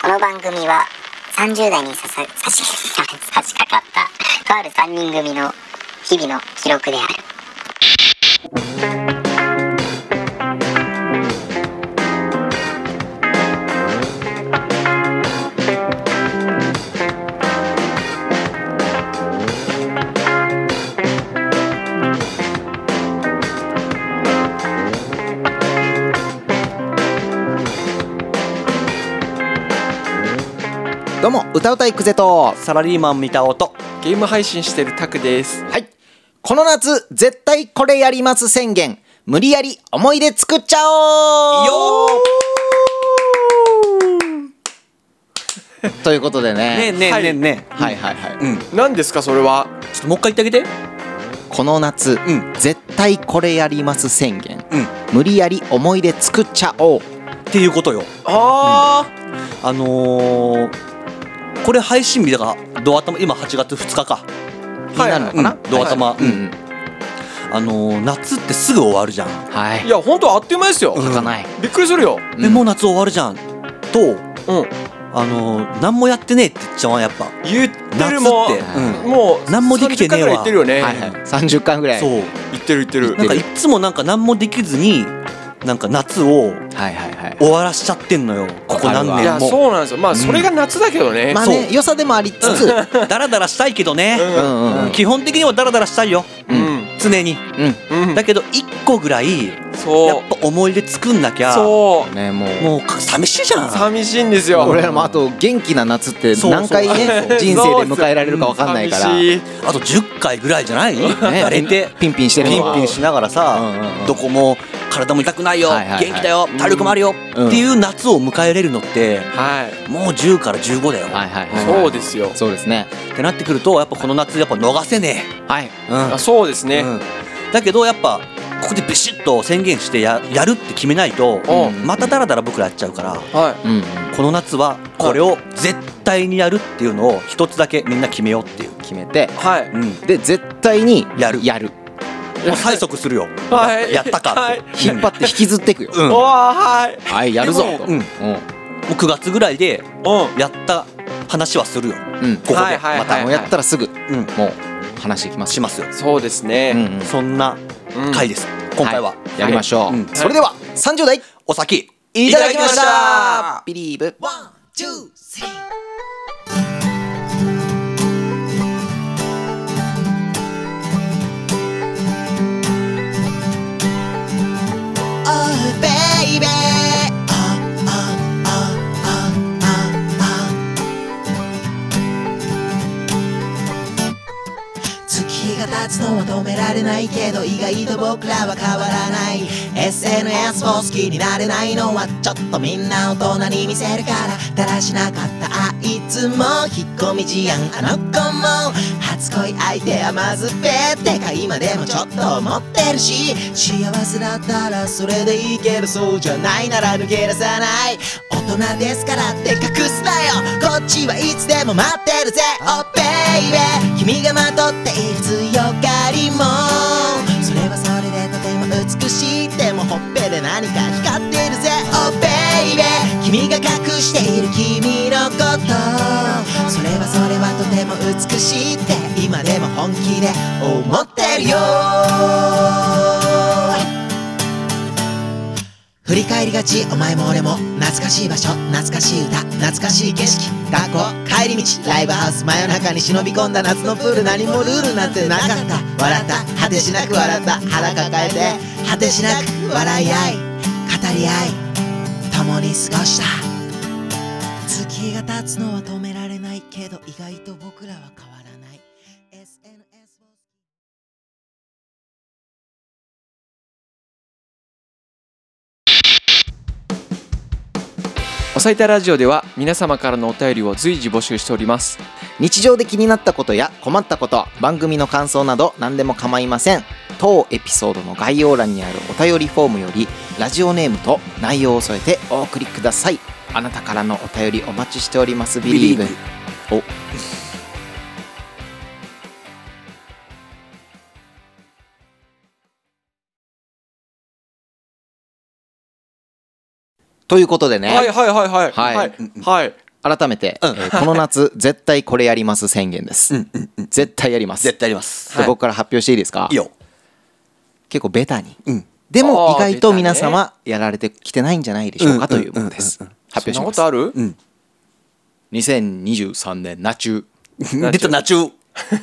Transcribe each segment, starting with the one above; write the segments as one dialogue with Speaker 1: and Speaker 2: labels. Speaker 1: この番組は30代にささ差し 差し掛かったとある3人組の日々の記録である
Speaker 2: どうも歌うたいくぜと
Speaker 3: サラリーマン見た音ゲーム配信してるタクです
Speaker 2: はいこの夏絶対これやります宣言無理やり思い出作っちゃおうということで
Speaker 3: ねえ
Speaker 2: ね
Speaker 3: ねえねえねえ
Speaker 2: はいはいはい、
Speaker 3: うん
Speaker 4: 何ですかそれは
Speaker 3: ちょっともう一回言ってあげて
Speaker 2: この夏、
Speaker 3: ん
Speaker 2: 絶対これやります宣言、
Speaker 3: うん
Speaker 2: 無理やり思い出作っちゃおう
Speaker 3: っていうことよ
Speaker 4: あ
Speaker 3: あのー、これ配信日だからドア頭今8月2日か
Speaker 2: になるのかな、
Speaker 3: うんドア頭、
Speaker 2: うん
Speaker 3: うんあのー、夏ってすぐ終わるじゃん、
Speaker 2: はい
Speaker 4: いや本当あっという間ですよ、
Speaker 2: 書かない、
Speaker 4: びっくりするよ
Speaker 2: うん
Speaker 3: えもう夏終わるじゃんと
Speaker 4: うん
Speaker 3: あのー、何もやってねえって言っちゃうわやっぱ
Speaker 4: 言って
Speaker 3: 夏
Speaker 4: る
Speaker 3: っ
Speaker 4: も
Speaker 3: て、うん
Speaker 4: んもう
Speaker 3: 何もできてねえわ
Speaker 4: 30回ぐらい言ってるよね、
Speaker 2: はいはい、30巻ぐらい
Speaker 3: そう
Speaker 4: 言ってる言ってる
Speaker 3: なんかいっつもなんか何もできずになんか夏を
Speaker 2: はいはいはい
Speaker 3: 終わらしちゃってんのよここ何
Speaker 4: い
Speaker 3: 年
Speaker 4: や
Speaker 3: も
Speaker 4: そうなんですよまあそれが夏だけどね、
Speaker 2: まあね良さでもありつつ、う
Speaker 3: ダラダラしたいけどね、
Speaker 4: うん
Speaker 2: んうんうん
Speaker 3: 基本的にはダラダラしたいよ
Speaker 4: う
Speaker 2: うん
Speaker 4: ん
Speaker 3: 常に
Speaker 4: うん
Speaker 3: だけど一個ぐらいやっ
Speaker 4: そう
Speaker 3: ぱ思い出作んなきゃ
Speaker 4: そ
Speaker 2: ねもう
Speaker 3: もうか寂しいじゃん
Speaker 4: う寂しいんですよ
Speaker 2: 俺らもあと元気な夏って
Speaker 3: そう
Speaker 2: 何回ね
Speaker 3: そう
Speaker 2: 人生で迎えられるか分かんないから、
Speaker 4: 寂
Speaker 2: ね、
Speaker 4: しい
Speaker 3: あと10回ぐらいじ ゃないやれて
Speaker 2: ピンピンしてる
Speaker 3: ピ
Speaker 2: の
Speaker 3: ン
Speaker 2: は
Speaker 3: ピンしながら
Speaker 2: うんうん
Speaker 3: さ
Speaker 2: うん
Speaker 3: どこも体も痛くないよ
Speaker 2: はいはいはい
Speaker 3: 元気だよ体力もあるよって
Speaker 2: うん
Speaker 3: いう夏を迎えれるのって
Speaker 4: はい
Speaker 3: もう10から15だよ
Speaker 2: はいはいはい
Speaker 4: そうですよ
Speaker 2: そうですね
Speaker 3: ってなってくるとやっぱこの夏やっぱ逃せね
Speaker 2: はい
Speaker 3: えうん
Speaker 4: あそうですね、
Speaker 3: うんだけどやっぱここでビシッと宣言してややるって決めないと
Speaker 4: うん
Speaker 3: またダラダラ僕らやっちゃうから
Speaker 4: はい
Speaker 2: うんうん
Speaker 3: この夏はこれを絶対にやるっていうのを一つだけみんな決めようっていう、
Speaker 2: 決めて
Speaker 4: はい
Speaker 3: うん、
Speaker 2: で絶対に
Speaker 3: やる
Speaker 2: やる
Speaker 3: もう催促するよ、
Speaker 4: はい
Speaker 3: ややったかって、
Speaker 4: はい
Speaker 2: 引っ張って引きずっていくよ、
Speaker 3: うん、
Speaker 4: おー
Speaker 3: も
Speaker 4: はい
Speaker 2: はいやるぞ
Speaker 4: でも
Speaker 2: と
Speaker 3: うん
Speaker 2: うん
Speaker 3: う9月ぐらいで
Speaker 4: う
Speaker 3: やった話はするよ
Speaker 2: うん
Speaker 3: ここで
Speaker 4: はいはい
Speaker 3: また、
Speaker 4: はい
Speaker 2: もうやったらすぐ
Speaker 3: うん、
Speaker 2: もう話していきます
Speaker 3: しますよ、
Speaker 4: んそうです
Speaker 2: うん
Speaker 4: ね、
Speaker 2: うん
Speaker 3: そんな
Speaker 4: うん
Speaker 3: 回です、今回は、
Speaker 2: いやりましょう、
Speaker 3: はいうん
Speaker 2: それでは30代
Speaker 3: お先
Speaker 2: いただきまし
Speaker 3: いただ
Speaker 2: たビ
Speaker 3: き
Speaker 2: リーブ
Speaker 5: Oh, 月が経つのは止められないけど意外と僕らは変わらない SNS も好きになれないのはちょっとみんな大人に見せるからだらしなかったあいつも引っ込み思案あの子も初恋相手はまずべってか今でもちょっと思ってるし幸せだったらそれでいいけどそうじゃないなら抜け出さない大人ですからって隠すなよこっちはいつでも待ってるぜ Oh baby 君がまとっている強がりもそれはそれでとても美しいでもほっぺで何か光っているぜ Oh baby 君が隠している君のことそれはそれはとても美しいって今でも本気で思ってるよ振り返りがちお前も俺も懐かしい場所懐かしい歌懐かしい景色学校帰り道ライブハウス真夜中に忍び込んだ夏のプール何もルールなんてなかった笑った果てしなく笑った腹抱えて果てしなく笑い合い語り合い共に過ごした月が経つのは止められないけど意外と僕らは変わらない SNS を
Speaker 4: おさいたラジオでは皆様からのお便りを随時募集しております
Speaker 2: 日常で気になったことや困ったこと番組の感想など何でも構いません当エピソードの概要欄にあるお便りフォームよりラジオネームと内容を添えてお送りくださいあなたからのお便りお待ちしておりますビリーブ
Speaker 3: Believe
Speaker 2: おということでね、
Speaker 4: はいはいはいはい
Speaker 2: はい
Speaker 4: はい、はい
Speaker 2: 改めて、えーこの夏絶対これやります宣言です、絶対やります
Speaker 3: 絶対やります。
Speaker 2: で僕から発表していいですか
Speaker 3: いいよ。
Speaker 2: 結構ベタに、
Speaker 3: ん
Speaker 2: でも
Speaker 4: あー
Speaker 2: 意外と皆
Speaker 4: ベ
Speaker 2: 様やられてきてないんじゃないでしょうかというものです発表
Speaker 4: そん
Speaker 2: し
Speaker 4: な
Speaker 2: ま
Speaker 4: こ
Speaker 2: す
Speaker 4: とある
Speaker 2: 2023年夏
Speaker 3: 出たナチュー。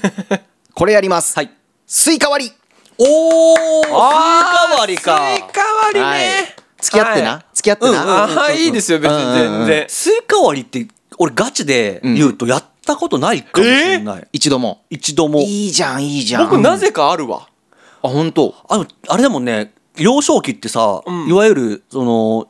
Speaker 2: これやりますはいスイカ割り
Speaker 3: おお。スイカ割りか。
Speaker 4: スイカ割り
Speaker 2: はい
Speaker 4: ね
Speaker 2: 付き合ってな、
Speaker 4: はい
Speaker 2: 付き合ってな、
Speaker 4: あーいいですよ別に全然
Speaker 3: スイカ割りって俺ガチで言うとやったことないかもしれない。
Speaker 2: 一度も
Speaker 3: 一度も。
Speaker 2: いいじゃんいいじゃん
Speaker 4: 僕なぜかあるわ
Speaker 2: あ本当
Speaker 3: あのあれだもんね幼少期ってさ、いわゆるその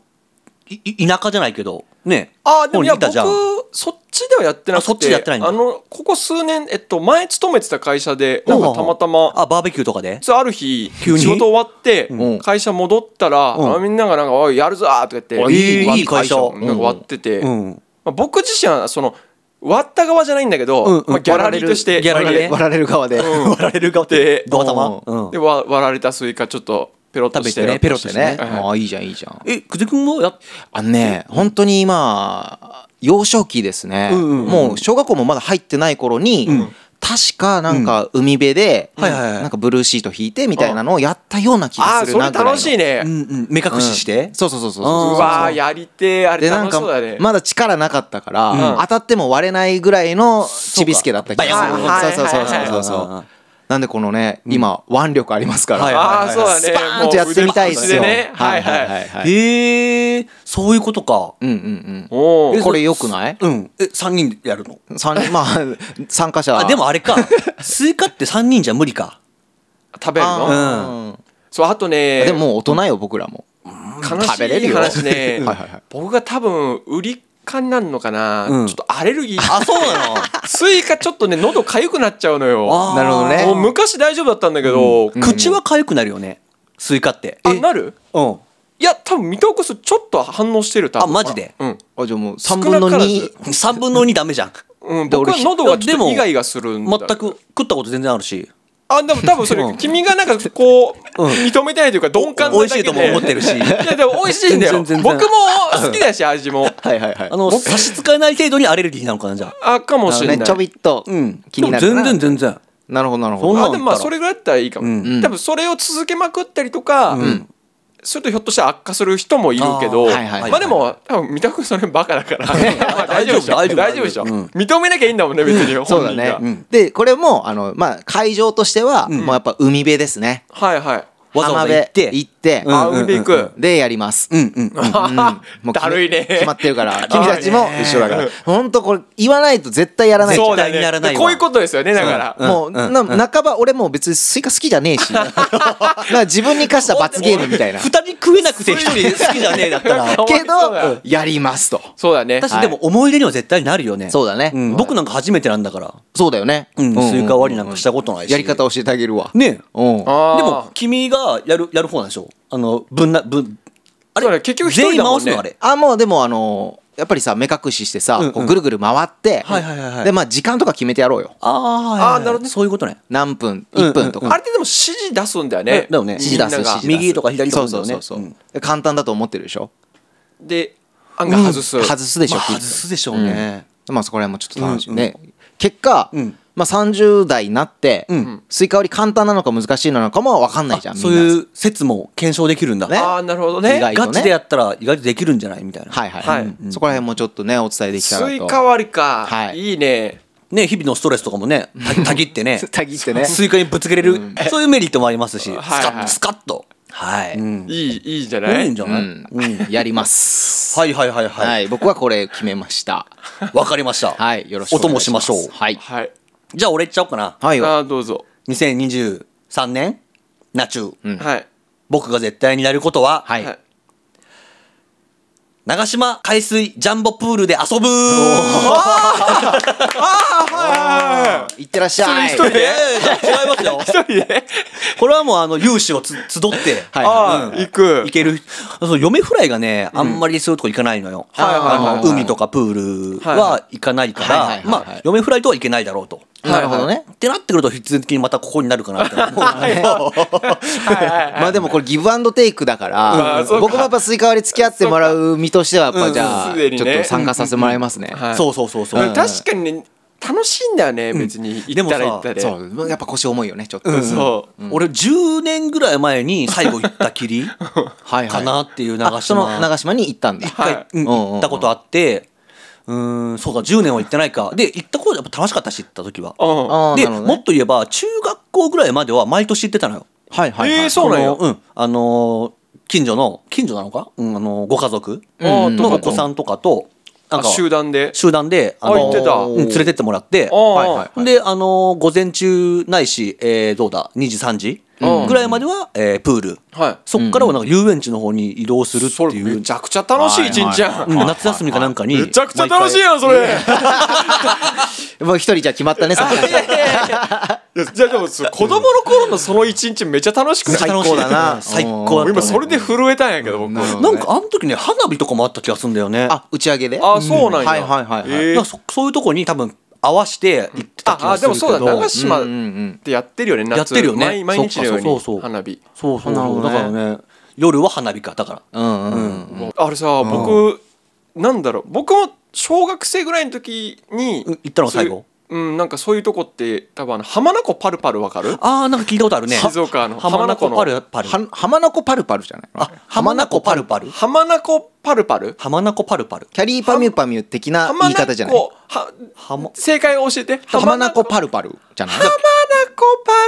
Speaker 3: いい田舎じゃないけどね
Speaker 4: あーでもいや
Speaker 3: ここにた
Speaker 4: 僕
Speaker 3: じゃん
Speaker 4: そっちではやってなくて
Speaker 3: あそっちでやってないんだ
Speaker 4: あのここ数年えっと前勤めてた会社でなんかたまたま
Speaker 3: あバーベキューとかで
Speaker 4: 実はある日
Speaker 3: 急に
Speaker 4: 仕事終わって
Speaker 2: うん
Speaker 4: 会社戻ったら、
Speaker 3: うん
Speaker 4: あみんながなんか「おいやるぞ!」とか言って
Speaker 3: おいいい
Speaker 4: 割っ
Speaker 3: いい会社
Speaker 4: なんか割ってて、
Speaker 3: う
Speaker 4: ま
Speaker 3: ん
Speaker 4: あ、僕自身はその割った側じゃないんだけど、
Speaker 3: うんうん
Speaker 4: まあ、ギャラリーとして
Speaker 3: ギャラリーね
Speaker 2: 割られる側で、
Speaker 4: うん
Speaker 3: 割られる側
Speaker 4: で
Speaker 3: ドア玉
Speaker 2: う
Speaker 3: うん
Speaker 4: でわ割られたスイカちょっとペロッと
Speaker 3: 食べ
Speaker 4: して
Speaker 3: てねペロッとしてね
Speaker 2: ね、ああいいじゃんいいじゃん
Speaker 3: え久手君もやっ
Speaker 2: あのね本当に今幼少期ですね、
Speaker 3: うんうんうん
Speaker 2: もう小学校もまだ入ってない頃に、確かなんか海辺で、
Speaker 3: はいはいはい
Speaker 2: なんかブルーシート引いてみたいなのをやったような気
Speaker 4: あ
Speaker 2: が
Speaker 4: あ
Speaker 2: する
Speaker 4: それ
Speaker 2: なぐらいの
Speaker 4: 楽しいね、
Speaker 3: うんうん目隠しして
Speaker 2: うん、そうそうそうそう
Speaker 4: う
Speaker 2: そう
Speaker 4: わーやりてーあれ
Speaker 2: でな
Speaker 4: 楽
Speaker 2: ん
Speaker 4: し
Speaker 2: か
Speaker 4: そうだね
Speaker 2: まだ力なかったから、
Speaker 4: うん
Speaker 2: 当たっても割れないぐらいのちびすけだった気がする
Speaker 4: そうか
Speaker 2: そうそうそうそうそう
Speaker 3: はいはいはいはい
Speaker 2: なんでこのね今腕力ありますから、
Speaker 3: はい
Speaker 4: ああそうだね
Speaker 2: スパーンとやってみたいですよ、
Speaker 4: もう腕の腰でねはいはい、
Speaker 2: はいはいはい
Speaker 3: えー、そういうことか
Speaker 2: うんうん
Speaker 4: お
Speaker 2: うん
Speaker 4: ー
Speaker 2: これ良くない
Speaker 3: うんえ三人でやるの
Speaker 2: 参まあ参加者
Speaker 3: あでもあれかスイカって三人じゃ無理か
Speaker 4: 食べる
Speaker 2: う
Speaker 4: の、
Speaker 2: ん
Speaker 4: そうあとね
Speaker 2: でももう大人よ僕らも
Speaker 4: 悲
Speaker 2: 食べれ
Speaker 4: し
Speaker 2: る
Speaker 4: い
Speaker 2: よ
Speaker 4: 話 ね
Speaker 2: はいはいはい
Speaker 4: 僕が多分売りかになるのかな、
Speaker 3: うん
Speaker 4: ちょっとアレルギー
Speaker 3: あそうなの
Speaker 4: スイカちょっとね喉かゆくなっちゃうのよ
Speaker 3: あー
Speaker 2: なるほどね
Speaker 4: もう昔大丈夫だったんだけど、
Speaker 3: 口は痒くなるよねスイカって
Speaker 4: あなる
Speaker 3: うん
Speaker 4: いや多分見たこすちょっと反応してる多分
Speaker 3: あマジで
Speaker 4: うん、
Speaker 2: あじゃあもう3分の
Speaker 4: 少なからず
Speaker 2: 2
Speaker 3: 3分の2ダメじゃん
Speaker 4: うん、
Speaker 2: で
Speaker 4: 僕は
Speaker 2: 俺
Speaker 4: 喉がち
Speaker 3: で
Speaker 4: ょっ
Speaker 3: も
Speaker 4: とイガイガするんだ
Speaker 3: 全く食ったこと全然あるし
Speaker 4: あでも多分それ、
Speaker 3: うん
Speaker 4: 君がなんかこう、認めてないというか鈍感なだ
Speaker 3: 美味し
Speaker 4: けで
Speaker 3: いとも思って るし
Speaker 4: いやでも美味しいんだ
Speaker 3: 全然
Speaker 4: よ
Speaker 3: 全然
Speaker 4: 僕も好きだし味も
Speaker 2: はいはいはい
Speaker 3: あの差し支えない程度にアレルギーなのかなじゃあ
Speaker 4: あかもしれない
Speaker 2: ねちょびっと気になる
Speaker 3: でも
Speaker 2: な
Speaker 3: 全然全然
Speaker 2: なるほどなるほ
Speaker 3: そん
Speaker 2: ど
Speaker 3: な
Speaker 4: あでもまあそれぐらいだったらいいかも、
Speaker 2: ん
Speaker 4: 多分それを続けまくったりとか、するとひょっとしたら悪化する人もいるけど
Speaker 2: あーはいはいはい
Speaker 4: まあでも多分三田君それバカだからまあ大丈夫でしょ
Speaker 3: 大丈夫
Speaker 4: 大丈夫でしょ、認めなきゃいいんだもんね別に本人
Speaker 2: そう
Speaker 4: が
Speaker 2: だね、でこれもあの、まあ、会場としては、もうやっぱ海辺ですね
Speaker 4: はいはい
Speaker 3: わざわざ行って
Speaker 2: 浜辺行って、
Speaker 4: あ海辺行く、
Speaker 2: でやります、
Speaker 3: うんうん
Speaker 2: うんもう決め
Speaker 4: だるいね
Speaker 2: 決まってるから君たちも一緒だから本当これ言わないと絶対やらないじゃん
Speaker 4: そうだ
Speaker 3: 絶対にやらない
Speaker 4: ね
Speaker 3: わ
Speaker 4: こういうことですよねだから、
Speaker 2: もう、な半ば俺もう別にスイカ好きじゃねえ しなんか自分に課した罰ゲームみたいなけ
Speaker 3: 2人食えなくて1人好きじゃねえだ ったら
Speaker 4: かわいそうだ
Speaker 2: どやりますと
Speaker 4: そうだね
Speaker 3: 私でも思い出には絶対なるよね
Speaker 2: そうだね
Speaker 3: ん僕なんか初めてなんだから
Speaker 2: そうだよね、
Speaker 3: うん
Speaker 2: うん
Speaker 3: スイカ割りなんかしたことないし
Speaker 2: やり方教えてあげるわ
Speaker 3: ね
Speaker 2: うん
Speaker 4: あ
Speaker 3: え
Speaker 4: ー
Speaker 3: でも君がやるやる方なんでしょあの分な分あ
Speaker 4: そうだ
Speaker 3: れ
Speaker 4: ね結局一
Speaker 3: 全
Speaker 4: 人
Speaker 3: 員
Speaker 4: だも
Speaker 3: 回
Speaker 4: んね
Speaker 3: すのあれ
Speaker 2: あもうでもあのやっぱりさ目隠ししてさ、
Speaker 3: うんうん
Speaker 2: こうぐるぐる回って、
Speaker 3: はいはいはいはい
Speaker 2: でまあ時間とか決めてやろうよ
Speaker 3: あーはいはいはい
Speaker 4: あーなるほどね
Speaker 3: そういうことね
Speaker 2: 何分
Speaker 3: うんうん
Speaker 2: 1分とか、
Speaker 4: あれってでも指示出すんだよね
Speaker 3: だよね
Speaker 2: 指示出す
Speaker 4: みんな
Speaker 2: 指
Speaker 4: が
Speaker 2: 示出す
Speaker 3: 右とか左とか
Speaker 2: そうそうそうそう、
Speaker 3: うん
Speaker 2: 簡単だと思ってるでしょ
Speaker 4: で案外外す、
Speaker 2: 外すでしょ、
Speaker 3: まあ
Speaker 2: きっと
Speaker 3: 外すでしょうね
Speaker 2: まあそこら辺もちょっと楽しいね、結果、
Speaker 3: うん
Speaker 2: まあ、30代になって、
Speaker 3: うん
Speaker 2: スイカ割り簡単なのか難しいのかも分かんないじゃんみん
Speaker 3: そう
Speaker 2: な
Speaker 3: いう説も検証できるんだ
Speaker 2: ね
Speaker 4: ああなる
Speaker 2: 意
Speaker 4: ほど
Speaker 2: 外
Speaker 4: ね
Speaker 2: とね
Speaker 3: ガチでやったら意外とできるんじゃないみたいな
Speaker 2: はいはい、
Speaker 4: はい
Speaker 2: うんそこら辺もちょっとねお伝えできたらと
Speaker 4: スイカ割りか、
Speaker 2: はい
Speaker 4: いいね
Speaker 3: ね日々のストレスとか もねたたぎってね
Speaker 2: たぎってね
Speaker 3: スイカにぶつけれる、そういうメリットもありますし、ス
Speaker 4: はい
Speaker 3: カ
Speaker 4: は
Speaker 3: ッ
Speaker 4: い
Speaker 3: スカッとはい、うん、
Speaker 4: いいいいじゃない
Speaker 3: いいんじゃ
Speaker 2: う
Speaker 3: ない、
Speaker 2: ん、やります
Speaker 3: はいはいはいはい
Speaker 2: はい、僕はこれ決めました
Speaker 3: わかりました
Speaker 2: はいよろしくお
Speaker 3: お
Speaker 2: 願
Speaker 3: 供
Speaker 2: い
Speaker 3: し
Speaker 2: し
Speaker 3: ま
Speaker 2: ま
Speaker 3: し
Speaker 2: す
Speaker 3: ょう
Speaker 2: はい
Speaker 4: はい
Speaker 3: じゃあ俺いっちゃおうかな
Speaker 2: はい
Speaker 4: ああどうぞ、
Speaker 3: 2023年ナチュー、
Speaker 2: うん
Speaker 4: はい
Speaker 3: 僕が絶対にやることは、
Speaker 2: はい、
Speaker 4: はい
Speaker 3: 長島海水ジャンボプールで遊ぶ
Speaker 2: いってらっしゃい
Speaker 4: 一人一
Speaker 3: いやいやいや違いますよ
Speaker 4: 一人で
Speaker 3: これはもうあの有志をつ集って、
Speaker 2: はい
Speaker 4: ああ、行く
Speaker 3: 行けるその嫁フライがねあんまりそういうとこ行かないのよ、
Speaker 4: はいはいはい
Speaker 3: あの海とかプール
Speaker 4: はいは
Speaker 3: は行かないか
Speaker 2: はいはいはい
Speaker 3: ら
Speaker 2: はい
Speaker 3: まあ嫁フライとは行けないだろうと
Speaker 4: はい
Speaker 2: なるほどね。
Speaker 3: ってなってくると必然的にまたここになるかなって思うも
Speaker 4: はいはいはい
Speaker 2: まあでもこれギブアンドテイクだか
Speaker 4: あ
Speaker 2: ら
Speaker 4: ーそうか
Speaker 2: 僕もやっぱスイカ割り付き合ってもらう身としてはやっぱじゃ
Speaker 4: う
Speaker 2: あち
Speaker 4: んすで
Speaker 2: ょ
Speaker 4: に
Speaker 2: っ
Speaker 4: ね
Speaker 2: と参加させてもらいますね。
Speaker 4: は
Speaker 3: う
Speaker 4: い
Speaker 3: そうそうそうそう、
Speaker 4: うん確かにね楽しいんだよね別に行ったら行ったで
Speaker 2: そ
Speaker 4: そう
Speaker 2: やっぱ腰重いよねちょっと。
Speaker 4: うそう
Speaker 3: 俺10年ぐらい前に最後行ったきり
Speaker 2: はいは
Speaker 3: か
Speaker 2: い。
Speaker 3: なっていう
Speaker 2: あ
Speaker 3: 長
Speaker 2: そ
Speaker 3: 島
Speaker 2: の長島に行ったんだ。
Speaker 3: 一回
Speaker 4: はい
Speaker 3: うん
Speaker 2: うんうんうん
Speaker 3: 行ったことあってうーんそうだ10年は行ってないかで行った頃やっぱ楽しかったし行った時は
Speaker 4: うん
Speaker 2: あー
Speaker 3: で
Speaker 2: なるほどね
Speaker 3: もっと言えば中学校ぐらいまでは毎年行ってたのよ
Speaker 2: はいはいはい。
Speaker 4: えーそうなんや
Speaker 3: このうんあのー近所の近所なのか、うんあのーご家族
Speaker 2: うんうん
Speaker 3: のお子さんとかとなん
Speaker 4: あ
Speaker 3: か
Speaker 4: 集団で
Speaker 3: 集団であのー
Speaker 4: あ行ってた
Speaker 3: うん連れてってもらって
Speaker 4: あ
Speaker 2: はいはいはい。
Speaker 3: であのー午前中ないし、えーどうだ2時3時
Speaker 4: うん
Speaker 3: ぐらいまでは、えープール
Speaker 4: は
Speaker 3: そっからはなんか遊園地の方に移動する
Speaker 4: い
Speaker 3: って
Speaker 4: それ
Speaker 3: いう、
Speaker 4: めちゃくちゃ楽しい一日じゃ
Speaker 3: うんん夏休みかなんかに
Speaker 4: めちゃくちゃ楽しいやんそれい
Speaker 2: もう一人じゃ決まったねさっきの
Speaker 4: やいやいやじゃあでもそ子供の頃のその一日めちゃ楽しく
Speaker 3: 最
Speaker 4: て
Speaker 3: 高だな最高だ
Speaker 4: も
Speaker 3: っ
Speaker 4: う
Speaker 3: た
Speaker 4: 今それで震えたんやけど僕
Speaker 2: なるほど
Speaker 3: なんかあの時ね花火とかもあった気がするんだよね
Speaker 2: あ打ち上げで。
Speaker 4: あそうなんや
Speaker 2: はいはいはいはい
Speaker 4: えー
Speaker 3: なんかそそういうとこに多分合わせて行ってた気
Speaker 4: あ
Speaker 3: が
Speaker 4: あ
Speaker 3: す
Speaker 4: で
Speaker 3: る
Speaker 4: も
Speaker 3: け
Speaker 4: そうだ
Speaker 3: ど
Speaker 4: 長
Speaker 2: うん
Speaker 4: 島
Speaker 2: うんうん。
Speaker 4: ってやってるよね夏
Speaker 3: やってるよね
Speaker 4: 毎毎日のよう
Speaker 3: そうかそうそう
Speaker 4: に花火
Speaker 3: そうそう
Speaker 2: なる
Speaker 3: そ
Speaker 2: ほ
Speaker 3: う
Speaker 2: ど
Speaker 3: だ
Speaker 2: ね
Speaker 3: からね夜は花火かだから
Speaker 2: うんうんうん。
Speaker 4: あれさ僕なんだろう僕も小学生ぐらいの時に
Speaker 3: うん行ったのが最後
Speaker 4: そういううんなんかそういうとこって多分あの浜名湖パルパルわかる
Speaker 3: ああなんか聞いたことあるね
Speaker 4: 静岡の
Speaker 3: 浜名湖
Speaker 4: 浜名湖の
Speaker 3: パルパル
Speaker 2: は浜名湖パルパルじゃないの
Speaker 3: あ浜名湖パルパル
Speaker 4: 浜名湖パルパル
Speaker 3: 浜名湖パルパル
Speaker 2: キャリーパミュパミュ的な
Speaker 4: 浜
Speaker 2: 言い
Speaker 4: 名湖
Speaker 2: 方じゃない
Speaker 4: は
Speaker 3: 浜
Speaker 4: 正解を教えて
Speaker 2: 浜名湖
Speaker 4: 浜
Speaker 2: パルパルじゃない
Speaker 4: 名湖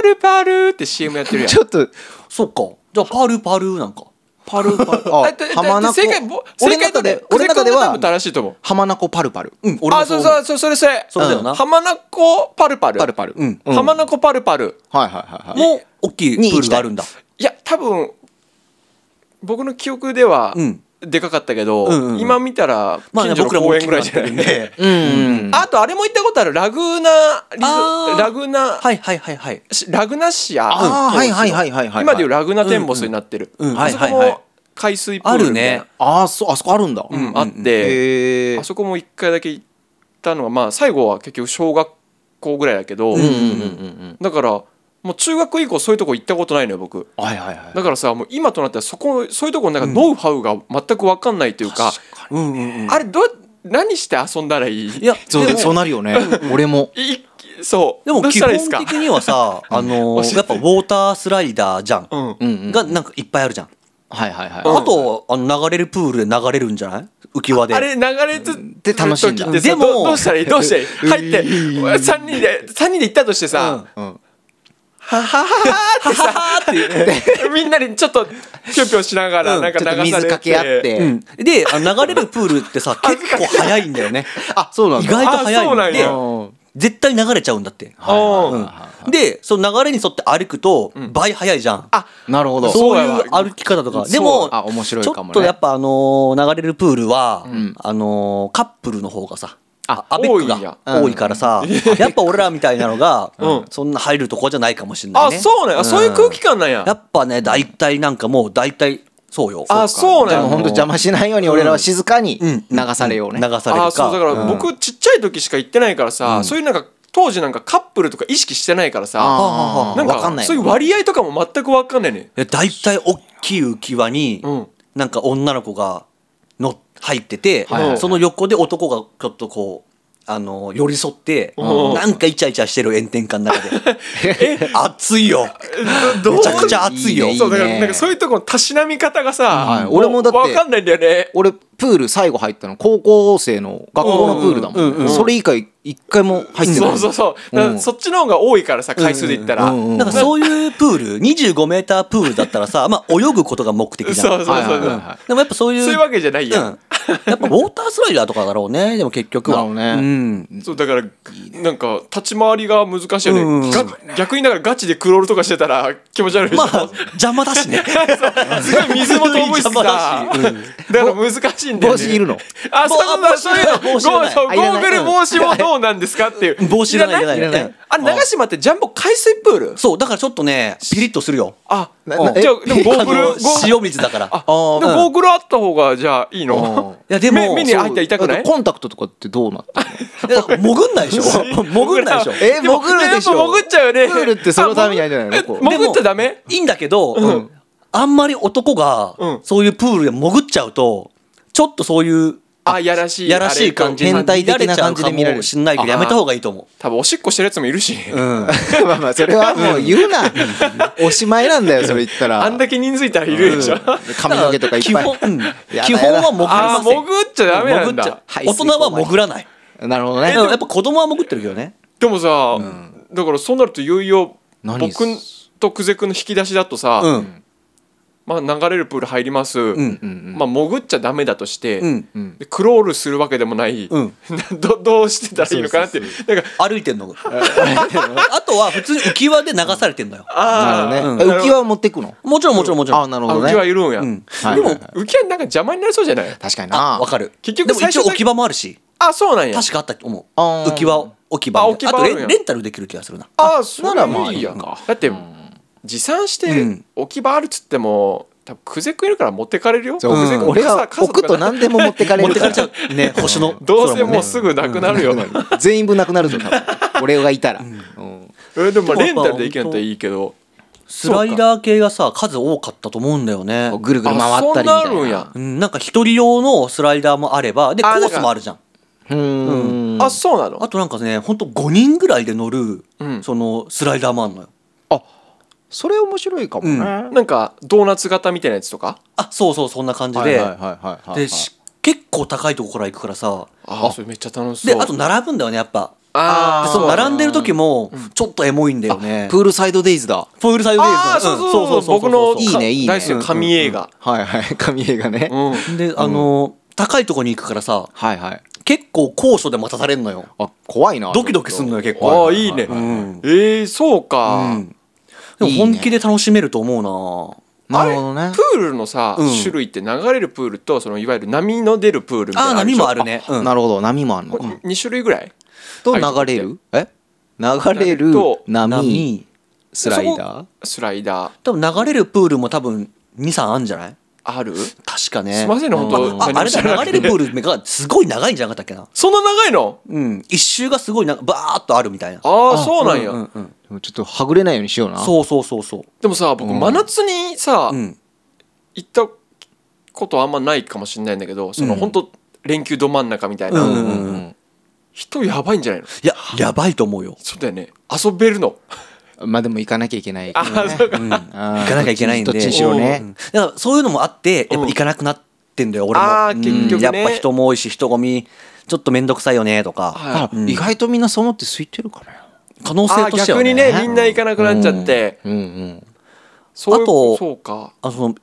Speaker 4: パルパルって CM やってるや ん
Speaker 2: ちょっと
Speaker 3: そっかじゃあパルパルなんか
Speaker 2: パルパルあ
Speaker 4: だってだって
Speaker 2: 浜名湖
Speaker 4: 正解ぼ
Speaker 2: 俺
Speaker 4: 正
Speaker 2: の
Speaker 4: 解
Speaker 2: 中
Speaker 4: だね
Speaker 2: で俺の中で
Speaker 4: 正解多分
Speaker 2: は
Speaker 4: 正しいと思う
Speaker 2: 浜名湖パルパル
Speaker 3: うん俺も
Speaker 4: あ
Speaker 3: そ
Speaker 4: そううそうそうそれそれ
Speaker 3: それだよな
Speaker 4: 浜名湖パルパル
Speaker 2: パルパル
Speaker 3: うん
Speaker 2: うん
Speaker 4: 浜名湖パルパル
Speaker 2: はいはいはいはい
Speaker 3: もう大きいプールがあるんだ
Speaker 4: いや多分僕の記憶では
Speaker 3: うん
Speaker 4: でかかったけど、
Speaker 3: うんうん
Speaker 4: 今見たら
Speaker 3: まあね
Speaker 4: 近所の
Speaker 3: 僕らも
Speaker 4: 公園ぐらい
Speaker 3: 大
Speaker 4: じ
Speaker 3: きく
Speaker 4: ゃ
Speaker 3: なっ
Speaker 4: な
Speaker 3: て
Speaker 4: い、
Speaker 3: るんで
Speaker 2: うんうん
Speaker 4: あとあれも行ったことあるラグーナリ
Speaker 3: あー
Speaker 4: ゾラグーナ、
Speaker 3: はいはいはいはい
Speaker 4: しラグナシア
Speaker 2: あー
Speaker 4: うん
Speaker 2: はいはいはいはいはい
Speaker 4: 今でいうラグナテンボスになってる、
Speaker 3: うんうんうん
Speaker 4: あそこ
Speaker 3: はいはいはい
Speaker 4: も海水プールみたいな
Speaker 2: あーそうあそこあるんだ
Speaker 4: うんあって、
Speaker 2: へえ
Speaker 4: あそこも一回だけ行ったのはまあ最後は結局小学校ぐらいだけど、
Speaker 2: うんうんうんうん
Speaker 4: だからもう中学以降そういうとこ行ったことないのよ僕
Speaker 2: うんはいはいはい
Speaker 4: だからさもう今となってはそこそういうとこのなんかノウハウが全く分かんないというか、
Speaker 3: うんうんうん
Speaker 4: あれどう何して遊んだらいい
Speaker 3: いや
Speaker 2: そう
Speaker 3: でも
Speaker 2: そうなるよね俺も
Speaker 4: いそう
Speaker 3: でも
Speaker 4: どうし
Speaker 3: 基
Speaker 4: た
Speaker 3: 本
Speaker 4: らいいですか
Speaker 3: 的にはさ、 あのー
Speaker 4: 教えて
Speaker 3: やっぱウォータースライダーじゃん。
Speaker 4: うん、あ
Speaker 2: うんうん
Speaker 3: がなんかいっぱいあるじゃん。
Speaker 2: はいはいはい
Speaker 4: うん
Speaker 3: あと、あの流れるプールで流れるんじゃない浮き輪で。
Speaker 4: れ流れつ
Speaker 2: で楽しいんだ
Speaker 4: 時ってさ
Speaker 3: でも
Speaker 4: どどうしたらいいどうしたらいい入って3人で三人で行ったとしてさ、
Speaker 2: うんうん
Speaker 4: ははははってさみんなでちょっとぴょんぴょんしながら
Speaker 2: うん
Speaker 4: なんか
Speaker 2: ちょっと
Speaker 4: 流されて
Speaker 2: 水かけ合って
Speaker 3: うん、であの流れるプールって さ結構早いんだよね
Speaker 2: あそうなん
Speaker 3: 意
Speaker 2: だ
Speaker 3: 外と
Speaker 4: あそう
Speaker 3: 早
Speaker 4: ないん
Speaker 3: で
Speaker 4: や
Speaker 2: うん
Speaker 3: 絶対流れちゃうんだって、
Speaker 4: あー
Speaker 2: はいはいはい
Speaker 3: でその流れに沿って歩くと倍早いじゃん、
Speaker 4: あ
Speaker 2: なるほど
Speaker 3: そうい
Speaker 4: そうや
Speaker 3: う
Speaker 4: わ
Speaker 3: 歩き方とか
Speaker 4: そう
Speaker 3: でも
Speaker 2: あ面白い
Speaker 3: ち
Speaker 2: か
Speaker 3: ょ
Speaker 2: もね
Speaker 3: っとやっぱあのー流れるプールは、
Speaker 2: ん
Speaker 3: あのーカップルの方がさ
Speaker 2: あ
Speaker 3: アベック
Speaker 4: 多いんや
Speaker 3: が
Speaker 2: うん
Speaker 3: 多いからさ、 やっぱ俺らみたいなのが、
Speaker 4: うん
Speaker 3: そんな入るとこじゃないかもしれない
Speaker 4: あ
Speaker 3: ね
Speaker 4: そうなんやあそういう空気感なんや
Speaker 3: やっぱね大体なんかもう大体そうよ
Speaker 4: あそう
Speaker 2: で
Speaker 4: なん
Speaker 2: も
Speaker 4: や
Speaker 2: 本当邪魔しないように俺らは静かに流されようね
Speaker 3: 流され
Speaker 4: あ
Speaker 3: る
Speaker 4: ーそうだ
Speaker 3: か
Speaker 4: から僕ちっちゃい時しか行ってないからさ、そういうなんか当時なんかカップルとか意識してないからさ
Speaker 2: あー
Speaker 4: なん
Speaker 2: わかんない
Speaker 4: そういう割合とかも全く分かんないね
Speaker 3: いや大体大きい浮き輪に、
Speaker 4: うん
Speaker 3: なんか女の子がの入ってて、
Speaker 2: はい
Speaker 4: はい
Speaker 3: その横で男がちょっとこう。あの寄り添って
Speaker 4: うん
Speaker 3: なんかイチャイチャしてる炎天下の中 で熱いよめちゃくちゃ熱い
Speaker 2: い
Speaker 3: よ
Speaker 2: いね
Speaker 4: そうだからなんかそういうとこのたしなみ方がさ、
Speaker 2: はい
Speaker 4: もう
Speaker 2: 俺もだって
Speaker 4: 分かんないんだよね
Speaker 2: 俺プール最後入ったの高校生の学校のプールだもん,、
Speaker 4: うんうんうん
Speaker 2: それ以外一回も入ってない、
Speaker 4: そうそうそう、だからそっちの方が多いからさ回数で言ったら、
Speaker 2: うんうん
Speaker 3: なんかそういうプール25メータープールだったらさ、まあ、泳ぐことが目的じゃん
Speaker 4: そうそうそう、
Speaker 2: はいはいはいはい
Speaker 3: でもやっぱそういう
Speaker 4: そういうわけじゃないやん
Speaker 3: うんやっぱウォータースライダーとかだろうねでも結局は
Speaker 2: なるほどね
Speaker 3: うん、
Speaker 4: そうだからなんか立ち回りが難しいよね、
Speaker 3: うん
Speaker 4: が逆にだからガチでクロールとかしてたら気持ち悪いでしょ
Speaker 3: まあ邪魔だしね
Speaker 4: すごい水も遠いしさ、だから難しいんだよね
Speaker 2: 帽子いるの
Speaker 4: あ、そうそう
Speaker 3: 帽
Speaker 4: そう
Speaker 3: 子
Speaker 4: そ
Speaker 3: 帽
Speaker 4: ういうの。
Speaker 3: 子いらな
Speaker 4: ゴ
Speaker 3: い
Speaker 4: ーそうゴ
Speaker 2: あいらな
Speaker 4: ー
Speaker 2: い
Speaker 4: グル帽子もどうなんですかっていう。
Speaker 3: 帽子いらないいらない
Speaker 4: うんあれ、長島ってジャンボ海水プール
Speaker 3: そうだからちょっとねピリッとするよ
Speaker 4: あ、じ
Speaker 2: な
Speaker 4: ゃあ、
Speaker 2: な
Speaker 4: でもゴーグル
Speaker 3: あの、
Speaker 4: ゴー
Speaker 3: 塩水だから
Speaker 4: あ、で
Speaker 2: あ
Speaker 4: も
Speaker 2: ーうん
Speaker 4: ゴーグルあった方が、じゃあ、いいの
Speaker 3: いやでも
Speaker 4: 目目に入ったら痛くな
Speaker 2: だっ
Speaker 4: い
Speaker 2: てコンタクトとかってどうなってんの
Speaker 3: いや潜んないでしょ潜んない でしょ
Speaker 2: えー潜るでしょ
Speaker 4: やっぱ潜っちゃうよね。
Speaker 2: プールってそのためにあれじゃないの
Speaker 4: あ
Speaker 2: こう
Speaker 4: 潜潜っちゃダメ
Speaker 3: いいんだけど、あんまり男が、
Speaker 4: うん
Speaker 3: そういうプールで潜っちゃうとちょっとそういう
Speaker 4: あ、やらしい。
Speaker 3: やらしい感じに
Speaker 2: あれ変態的な感じで見られる
Speaker 3: 見られちゃうかもしんないけどやめた方がいいと思
Speaker 4: 多分、おしっこしてるやつもいるし。
Speaker 3: う、うん、
Speaker 2: まあまあそれはもう言うなおしまいなんだよそれ言ったら
Speaker 4: あんだけ人数いたらいるでしょ。
Speaker 2: 髪の毛とかいっ
Speaker 3: 基
Speaker 2: ぱ
Speaker 3: 本
Speaker 2: いやだ
Speaker 3: 基本は潜り
Speaker 4: あ
Speaker 3: ま
Speaker 4: ー、
Speaker 3: せん
Speaker 4: 潜っちゃダメなん
Speaker 3: 潜っちゃ
Speaker 4: だ。
Speaker 2: 排
Speaker 3: 大
Speaker 2: 水溝
Speaker 3: 人は潜らない
Speaker 2: なるほど
Speaker 3: う
Speaker 2: ね
Speaker 3: んやっぱ子供は潜ってるけどね
Speaker 4: でもさ、だからそうなるといよいよ、
Speaker 2: 何
Speaker 4: 僕と久世君の引き出しだとさ、
Speaker 3: うん
Speaker 4: まあ、流れるプール入ります、
Speaker 3: うん
Speaker 2: うんうん
Speaker 4: まあ、潜っちゃダメだとして、
Speaker 3: うん
Speaker 2: うん
Speaker 4: でクロールするわけでも ない、
Speaker 3: うん
Speaker 4: どどうしてたらいいのかなっていうなんか
Speaker 3: 歩いてんのあとは普通に浮き輪で流されてんのよ
Speaker 4: あ
Speaker 2: なる
Speaker 4: あ
Speaker 2: ほどね浮き輪を持ってくの
Speaker 3: もちろんもちろんもちろん
Speaker 2: あなるほ
Speaker 4: あ
Speaker 2: ど
Speaker 4: 浮
Speaker 2: ね
Speaker 4: き輪いるんや、
Speaker 3: うん
Speaker 2: はい
Speaker 4: で
Speaker 2: はい
Speaker 4: も
Speaker 2: はい
Speaker 4: 浮き輪なんか邪魔になりそうじゃない
Speaker 2: 確かにな
Speaker 3: あわかる
Speaker 4: 結局
Speaker 3: でも
Speaker 4: 最
Speaker 3: 一
Speaker 4: 初
Speaker 3: 応置き場もあるし
Speaker 4: あそうなんや
Speaker 3: 確かあったと思う
Speaker 2: あー
Speaker 3: 浮き輪置き場
Speaker 4: あ
Speaker 3: みたいな
Speaker 4: 置き場あ
Speaker 3: あ
Speaker 4: る
Speaker 3: と
Speaker 4: ん
Speaker 3: レ
Speaker 4: や
Speaker 3: ンレンタルできる気がするな
Speaker 4: ああそれ
Speaker 2: ならまあ
Speaker 4: はいいやんか、だって、持参して
Speaker 3: うん
Speaker 4: 置き場あるっつっても多分クゼクいるから持ってかれるよ
Speaker 2: そう
Speaker 4: クゼ君
Speaker 2: 俺は
Speaker 4: 傘傘
Speaker 2: 置くと何でも持ってかれ
Speaker 3: 持
Speaker 2: る
Speaker 3: って
Speaker 2: か
Speaker 3: かられちゃう ね星の
Speaker 4: どうせもうすぐなくなるよ、
Speaker 2: 全員分なくなるぞ多分俺がいたらうん
Speaker 4: えでもまあレンタルできるんだったらいいけど
Speaker 3: スライダー系がさ数多かったと思うんだよね
Speaker 2: ぐるぐる回ったりみ
Speaker 4: あそんなあ
Speaker 2: た
Speaker 4: るん
Speaker 2: い
Speaker 4: や
Speaker 2: な
Speaker 3: うんなんか一人用のスライダーもあればでコ
Speaker 4: あ
Speaker 3: ースもあるじゃん
Speaker 2: うーん
Speaker 4: あそうなの
Speaker 3: あとなんかねほんと5人ぐらいで乗る
Speaker 4: うん
Speaker 3: そのスライダーもあるのよ
Speaker 2: それ面白いかも
Speaker 3: うん
Speaker 2: ね
Speaker 4: なんかドーナツ型みたいなやつとか
Speaker 3: あそうそうそんな感じ
Speaker 2: はい
Speaker 3: で
Speaker 2: はいはいはいはい
Speaker 3: でし結構高いとこから行くからさ
Speaker 4: ああそれめっちゃ楽しそ
Speaker 3: で
Speaker 4: う
Speaker 3: あと並ぶんだよねやっぱ
Speaker 4: あ
Speaker 3: で
Speaker 4: ー
Speaker 3: その並んでる時もちょっとエモいんだよね
Speaker 2: プールサイドデイズだ
Speaker 3: プールサイドデイズ
Speaker 4: あーそうそうそう僕の
Speaker 2: いいねいいね
Speaker 4: 大好きな神映画
Speaker 2: はいはい 神映画ね
Speaker 4: うん
Speaker 3: であの高いとこに行くからさ
Speaker 2: はいはい
Speaker 3: 結構高所で待たされんのよ
Speaker 2: あ怖いな
Speaker 3: ドキドキすんのよ結
Speaker 4: あ
Speaker 3: 構
Speaker 4: あいいね
Speaker 3: うん
Speaker 4: えーそう
Speaker 3: う
Speaker 4: か
Speaker 3: んでも本気で楽しめると思
Speaker 2: なるほどね
Speaker 4: プールのさ
Speaker 3: うん
Speaker 4: 種類って流れるプールとそのいわゆる波の出るプールみ
Speaker 3: うな
Speaker 4: た
Speaker 3: ああ
Speaker 4: い
Speaker 3: ー
Speaker 4: なの
Speaker 3: 波もあ
Speaker 4: る
Speaker 3: るねうん
Speaker 2: なるほど波もあるのか
Speaker 4: 2種類ぐらい
Speaker 2: と
Speaker 4: あ
Speaker 2: 流れるえ流れる
Speaker 4: と
Speaker 2: 波
Speaker 3: 波
Speaker 2: スライ
Speaker 4: そ
Speaker 2: ダー
Speaker 4: こスライダー
Speaker 3: 多分流れるプールも多分23あるんじゃない
Speaker 4: ある
Speaker 3: 確かね
Speaker 4: すいませんね
Speaker 3: う
Speaker 4: 本当
Speaker 3: あああれだ 流れるプールがすごい長いんじゃなかったっけな
Speaker 4: そんな長いの
Speaker 3: うん一周がすごいなバーっとあるみたいな
Speaker 4: ああそうなんや
Speaker 3: うんうん
Speaker 2: でもちょっとはぐれないようにしような
Speaker 3: そうそうそうそう
Speaker 4: でもさ僕真夏にさ
Speaker 3: うん
Speaker 4: 行ったことあんまないかもしれないんだけどそうの
Speaker 3: ん
Speaker 4: 本当連休ど真ん中みたい
Speaker 3: うんう
Speaker 4: なん
Speaker 3: うん
Speaker 4: 人やばいんじゃないの
Speaker 3: いややばいと思うよ
Speaker 4: そうだよね遊べるの
Speaker 2: まあでも行かなきゃいけない
Speaker 4: あーそうか
Speaker 3: うん行かなきゃいけないんで
Speaker 2: どっちにしろね
Speaker 3: うんだからそういうのもあってやっぱ行かなくなってんだよ俺も
Speaker 4: あー
Speaker 3: うん
Speaker 4: 結局ね
Speaker 3: やっぱ人も多いし人混みちょっと面倒くさいよねとか
Speaker 2: あ
Speaker 4: は
Speaker 2: ら意外とみんなそのって空いてるかな
Speaker 3: 可能
Speaker 4: いあ
Speaker 3: 性
Speaker 4: ー
Speaker 3: としては
Speaker 4: 逆にねみんな行かなくなっちゃって
Speaker 2: うんうん
Speaker 4: そういう
Speaker 3: あと
Speaker 4: そうか
Speaker 3: あその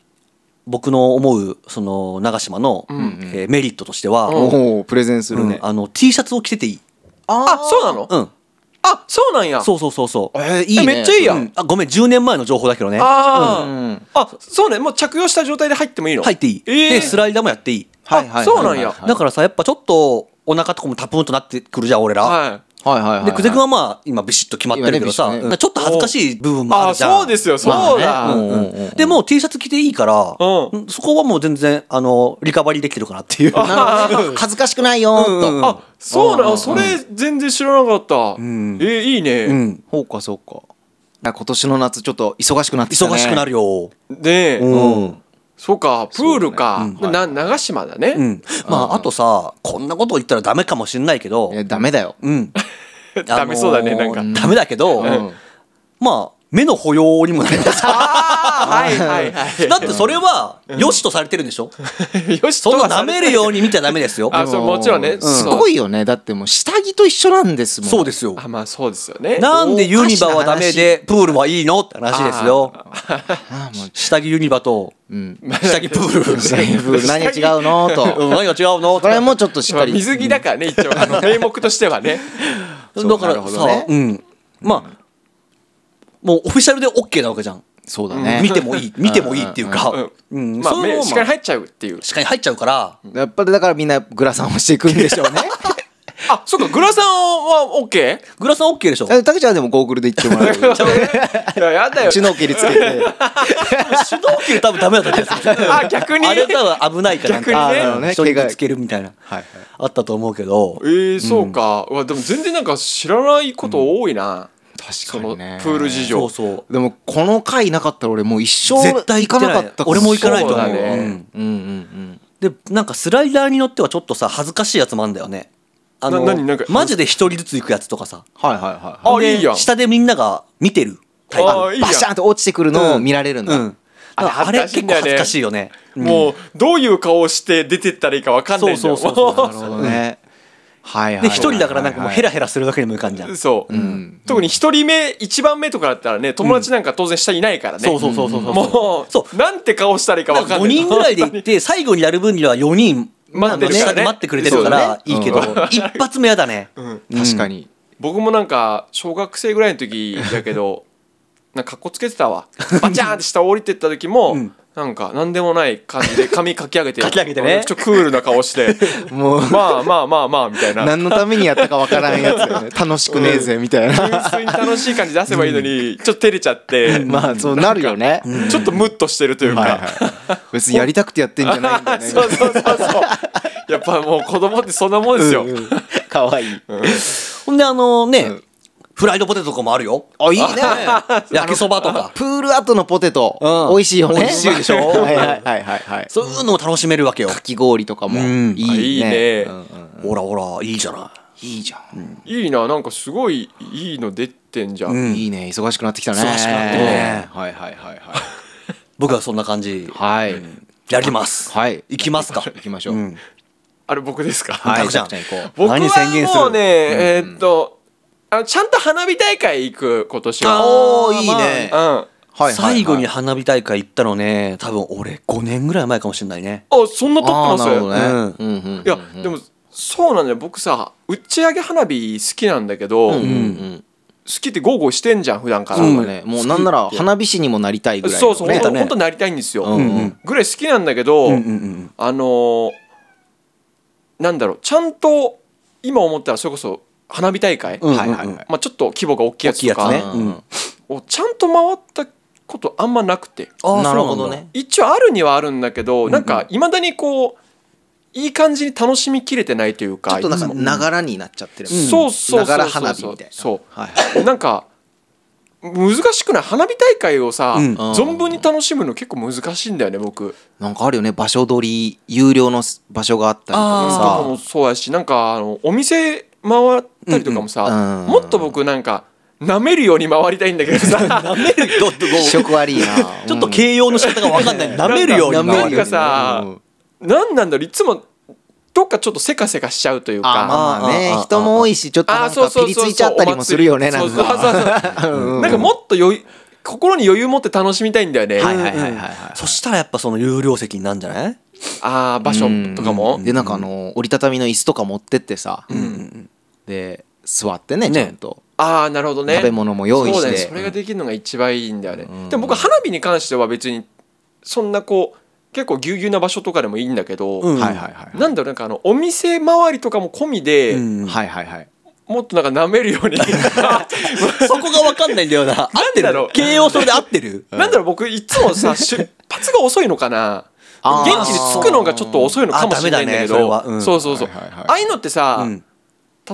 Speaker 3: 僕の思うその長島の、
Speaker 4: ん
Speaker 3: えーメリットとしては、
Speaker 4: うん
Speaker 2: おおプレゼンする
Speaker 3: うん
Speaker 2: ね
Speaker 3: あの T シャツを着てていい、
Speaker 4: あそうなの
Speaker 3: うん、
Speaker 4: あそうなんや
Speaker 3: そうそうそうそう
Speaker 2: えーいいね
Speaker 4: えめっちゃいいやん
Speaker 3: うんあごめん10年前の情報だけどね
Speaker 2: う
Speaker 4: あ
Speaker 2: ん
Speaker 4: ああそうねもう着用した状態で入ってもいいの
Speaker 3: 入っていい、
Speaker 4: えー
Speaker 3: でスライダーもやっていい、
Speaker 2: はいはいはいはいはい
Speaker 4: そうなんや
Speaker 3: だからさやっぱちょっとお腹とかもタプーンとなってくるじゃん俺ら、
Speaker 4: は
Speaker 2: はいはいはい
Speaker 3: で久世君はまあ今ビシッと決まってるけど
Speaker 2: 今
Speaker 3: さ、
Speaker 2: ねビシッとね
Speaker 3: ちょっと恥ずかしい部分
Speaker 4: い
Speaker 3: もある
Speaker 4: あ
Speaker 3: じゃん
Speaker 4: そうですよそう
Speaker 2: まあ
Speaker 4: だ
Speaker 2: ね
Speaker 3: うん
Speaker 2: うんうんうん
Speaker 3: でも T シャツ着ていいから、
Speaker 4: う
Speaker 3: そこはもう全然あのリカバリーできてるかなっていう
Speaker 2: なるほど恥ずかしくないよー
Speaker 3: うん
Speaker 2: と
Speaker 4: あそうな
Speaker 2: うん
Speaker 4: のそれ全然知らなかったえ
Speaker 3: ん
Speaker 4: ーいいうね
Speaker 3: ん、
Speaker 2: そうかそうかあ今年の夏ちょっと忙しくなってきたね
Speaker 3: 忙しくなるよ、
Speaker 4: で
Speaker 2: うん
Speaker 4: そうかプールか
Speaker 2: そうね
Speaker 4: な長島だ
Speaker 3: う
Speaker 4: ね
Speaker 3: ん、まああとさこんなこと言ったらダメかもしんないけど
Speaker 2: いやダメだよ
Speaker 3: うん
Speaker 4: ダメそうだね
Speaker 3: あのー
Speaker 4: なん
Speaker 2: か
Speaker 3: ダメだけど、
Speaker 2: ん
Speaker 3: まあ目の保養にもなりますよ
Speaker 4: あーはいはいはい
Speaker 3: だってそれは良しとされてるんでしょ、
Speaker 4: よし
Speaker 3: そんな舐
Speaker 4: ダメ
Speaker 3: めるように見ちゃダメですよ
Speaker 4: あそうもちろんね
Speaker 2: す
Speaker 4: そう
Speaker 2: ごいよねだってもう下着と一緒なんですもん
Speaker 3: そうですよ
Speaker 4: あまあそうですよね
Speaker 3: なんでユニバはダメでプールはいいのって話ですよ
Speaker 2: あもう
Speaker 3: 下着ユニバと
Speaker 2: うん
Speaker 3: 下着プール
Speaker 2: 何が違 うの
Speaker 3: う
Speaker 2: と
Speaker 3: ん何が違うの
Speaker 2: これもちょっとしっ
Speaker 4: ま
Speaker 2: か
Speaker 4: あ
Speaker 2: り
Speaker 4: 水着だからね一応 あの名目としてはね
Speaker 2: そう
Speaker 3: だか
Speaker 2: なる
Speaker 3: ら
Speaker 2: ほ
Speaker 3: さ、
Speaker 2: どね
Speaker 3: うんまあもうオフィシャルで OK なわけじゃん
Speaker 2: そうだね
Speaker 3: 見てもいい見てもいいっていうか、うん
Speaker 4: まあ
Speaker 3: そういう
Speaker 4: 目
Speaker 3: のも
Speaker 4: 視界に入っちゃうっていう
Speaker 3: 視界に入っちゃうから
Speaker 2: やっぱりだからみんなグラサンをしていくんでしょう ね
Speaker 4: あそっかグラサンは OK?
Speaker 3: グラサン OK でしょ
Speaker 2: え竹ちゃんでもゴーグルで行っても らえばいい
Speaker 4: いややだよ
Speaker 2: 血の切りつけて
Speaker 3: 手動機多分ダメだった気がする
Speaker 4: あ逆に
Speaker 3: あれ多分危ないから
Speaker 4: 逆にねあーなるほ
Speaker 2: どね
Speaker 3: 人にぶつけるみたいな、
Speaker 2: はいはい
Speaker 3: あったと思うけど
Speaker 4: えー、そうか、うわでも全然なんか知らないこと多いな、
Speaker 2: 確かにね
Speaker 4: そのプール事情
Speaker 3: そうそう
Speaker 2: でもこの回なかったら俺もう一生
Speaker 3: 絶対
Speaker 2: 行かなかった
Speaker 3: 俺も行かないと思う
Speaker 4: そうだね
Speaker 3: うん
Speaker 2: うんうんうん
Speaker 3: でなんかスライダーに乗ってはちょっとさ恥ずかしいやつもあんだよねあの
Speaker 4: な何なんか
Speaker 3: マジで一人ずつ行くやつとかさ
Speaker 2: はいはいはい
Speaker 4: あ
Speaker 3: で
Speaker 4: いいやん
Speaker 3: 下でみんなが見てるタイプ
Speaker 4: あーいいやん
Speaker 2: バシャンと落ちてくるのを見られるんだ、
Speaker 3: うんだからあ
Speaker 4: あ
Speaker 3: れ
Speaker 4: れ
Speaker 3: 結構恥ずかしいよね
Speaker 4: もうどういう顔して出てったらいいかわかんないんだよ
Speaker 3: そうそうそうそう
Speaker 2: なるほどね、はいはい
Speaker 3: で一人だからなんかもうヘ
Speaker 2: ラ
Speaker 3: ラヘラするわけにもいかんじゃん、
Speaker 4: そう、特に一人目一番目とかだったらね友達なんか当然下いないからね、
Speaker 3: そうそうそうそうそう
Speaker 4: もう
Speaker 3: そ
Speaker 4: なんて顔したらいいかわかんな
Speaker 3: 5
Speaker 4: い
Speaker 3: 人ぐらいで行って最後にやる分には4人
Speaker 4: 待ってるから
Speaker 3: あの
Speaker 4: ね
Speaker 3: 下で待ってくれてるからい
Speaker 2: そうね
Speaker 3: いけど、
Speaker 2: う
Speaker 3: 一発目やだ ね、
Speaker 2: 確かに、
Speaker 4: 僕もなんか小学生ぐらいの時だけ どなんかかっこつけてたわバチャーンって下降りてった時も、
Speaker 3: うん
Speaker 4: なんか何でもない感じで髪かき上げて
Speaker 3: かき上げてね
Speaker 4: ちょっとクールな顔して
Speaker 2: もう
Speaker 4: まあまあまあまあみたいな
Speaker 2: 何のためにやったかわからんやつだよね楽しくねえぜみたい な、
Speaker 4: 純粋に楽しい感じ出せばいいのに、ちょっと照れちゃって、
Speaker 2: まあそうなるよね、
Speaker 4: ちょっとムッとしてるというか、
Speaker 2: はいはい別にやりたくてやってんじゃないん だよね
Speaker 4: そうそうそうそうやっぱもう子供ってそんなもんですよ、
Speaker 2: うんかわいい
Speaker 3: ほんであのね、
Speaker 2: ん
Speaker 3: フライドポテトとかもあるよ
Speaker 2: あいいね
Speaker 3: 焼きそばとか
Speaker 2: プール後のポテト、
Speaker 3: う
Speaker 2: 美
Speaker 3: ん
Speaker 2: 味しいよね
Speaker 3: 美味しいでしょ
Speaker 2: はいはいはいはいはい
Speaker 3: そういうのを楽しめるわけよ
Speaker 2: かき氷とかも
Speaker 3: うん
Speaker 2: いいね,、
Speaker 4: いいね
Speaker 2: うんうん
Speaker 3: ほらほらいいじゃない
Speaker 2: いいじゃん、
Speaker 4: いいななんかすごいいいの出てんじゃん、
Speaker 3: うん
Speaker 2: いいね忙しくなってきたね
Speaker 3: 忙しくなってね
Speaker 2: はいはいはいはい
Speaker 3: 僕はそんな感じ
Speaker 2: はい、
Speaker 3: やります
Speaker 2: はい
Speaker 3: 行きますか
Speaker 2: 行きましょう、
Speaker 3: うん
Speaker 4: あれ僕ですか、
Speaker 2: はい
Speaker 3: 拓ちゃん
Speaker 2: 拓ちゃん行こ
Speaker 4: 僕は
Speaker 3: 何宣言する
Speaker 4: もうね、えーっとあのちゃんと花火大会行く今年は
Speaker 3: あー
Speaker 2: いいね
Speaker 4: うんあ
Speaker 2: う、はいはいはい
Speaker 3: 最後に花火大会行ったのね多分俺5年ぐらい前かもしれないね
Speaker 4: そんな
Speaker 2: あー
Speaker 4: 撮っ
Speaker 2: な
Speaker 4: てます
Speaker 2: るほどね、
Speaker 3: う
Speaker 2: うんうんうん
Speaker 4: いや、でもそうなんだよ僕さ打ち上げ花火好きなんだけど、
Speaker 2: うんう
Speaker 4: 好
Speaker 2: ん
Speaker 4: きって豪語してんじゃん普段から、
Speaker 2: そうだね、もうなんなら花火師にもなりたいぐらいの、
Speaker 4: そ
Speaker 2: ね、
Speaker 4: うそ
Speaker 3: ね
Speaker 4: う、本当本当なりたいんですよ、
Speaker 2: うん
Speaker 3: うん
Speaker 4: ぐらい好きなんだけど、
Speaker 3: うんうんうん
Speaker 4: あのーなんだろうちゃんと今思ったらそれこそ花火大会、
Speaker 3: うん
Speaker 2: はいはいはい
Speaker 4: まあ、ちょっと規模が大きいやつと
Speaker 3: 大
Speaker 4: か
Speaker 3: きいやつねうん
Speaker 4: をちゃんと回ったことあんまなくて
Speaker 3: あー
Speaker 2: なるほどね
Speaker 4: 一応あるにはあるんだけど、なんかいまだにこういい感じに楽しみきれてないというか
Speaker 2: ちょっとなん
Speaker 4: い
Speaker 2: か
Speaker 4: つも
Speaker 2: ながらになっちゃってる、
Speaker 4: そうそうそうそう
Speaker 2: ながら花火みたいな
Speaker 4: そう
Speaker 2: はい
Speaker 4: なんか難しくない花火大会をさ、
Speaker 3: うん
Speaker 4: 存分に楽しむの結構難しいんだよね僕。
Speaker 2: なんかあるよね場所取り有料の場所があったりと
Speaker 4: とかも
Speaker 2: か
Speaker 4: そうやしなんかあのお店回ったりとかもさ、
Speaker 2: うんうん
Speaker 4: もっと僕なんか舐めるように回りたいんだけ どさ
Speaker 3: 舐めるどど
Speaker 2: さ気
Speaker 3: ち
Speaker 2: 色悪いな
Speaker 3: ょっと形容の仕方が分かんない舐めるように
Speaker 4: な
Speaker 2: 舐
Speaker 4: ん
Speaker 2: めるよ
Speaker 4: か
Speaker 2: う
Speaker 4: な
Speaker 2: に
Speaker 4: んかさ
Speaker 2: うん
Speaker 4: なんなんだろういつもどっかちょっとせかせかしちゃうという
Speaker 2: あ
Speaker 4: か。
Speaker 2: まあまあね
Speaker 3: あー
Speaker 2: 人も多いしちょっと
Speaker 4: あ
Speaker 2: な
Speaker 4: ー
Speaker 2: んかピリついちゃったりもするよね
Speaker 4: お
Speaker 2: な
Speaker 4: 祭
Speaker 2: ん
Speaker 4: りそうそうそう
Speaker 2: か
Speaker 4: そう
Speaker 2: うんうん
Speaker 4: なんかもっと余裕心に余裕持って楽しみたいんだよね、
Speaker 2: はいはいはいはいはい
Speaker 3: そしたらやっぱその有料席になるんじゃない
Speaker 4: ああ場所とかも、
Speaker 2: でなんかあの折りたたみの椅子とか持ってってさで座ってねちゃんと
Speaker 4: ああなるほどね
Speaker 2: 食べ物も用意
Speaker 4: そうだ
Speaker 2: し
Speaker 4: ね
Speaker 2: て
Speaker 4: それができるのが一番いいんだよね、でも僕花火に関しては別にそんなこう結構ぎゅうぎゅうな場所とかでもいいんだけど、
Speaker 3: うん
Speaker 2: はいはいはい
Speaker 4: なんだろうなんかあのお店周りとかも込みで、
Speaker 3: うん
Speaker 2: はいはいはい
Speaker 4: もっとなんか舐めるよう に
Speaker 3: そこが分かんないんだよな合って
Speaker 4: なんだろ
Speaker 3: る
Speaker 4: う
Speaker 3: 形容それで合ってる
Speaker 4: なんだろう僕いつもさ出発が遅いのかな
Speaker 2: あー
Speaker 4: 現地に着くのがちょっと遅いのかもしれないんだけど
Speaker 3: あダメだねそれはうん
Speaker 4: そうそうそう、
Speaker 2: はいはいはい
Speaker 4: ああいうのってさ、
Speaker 3: うん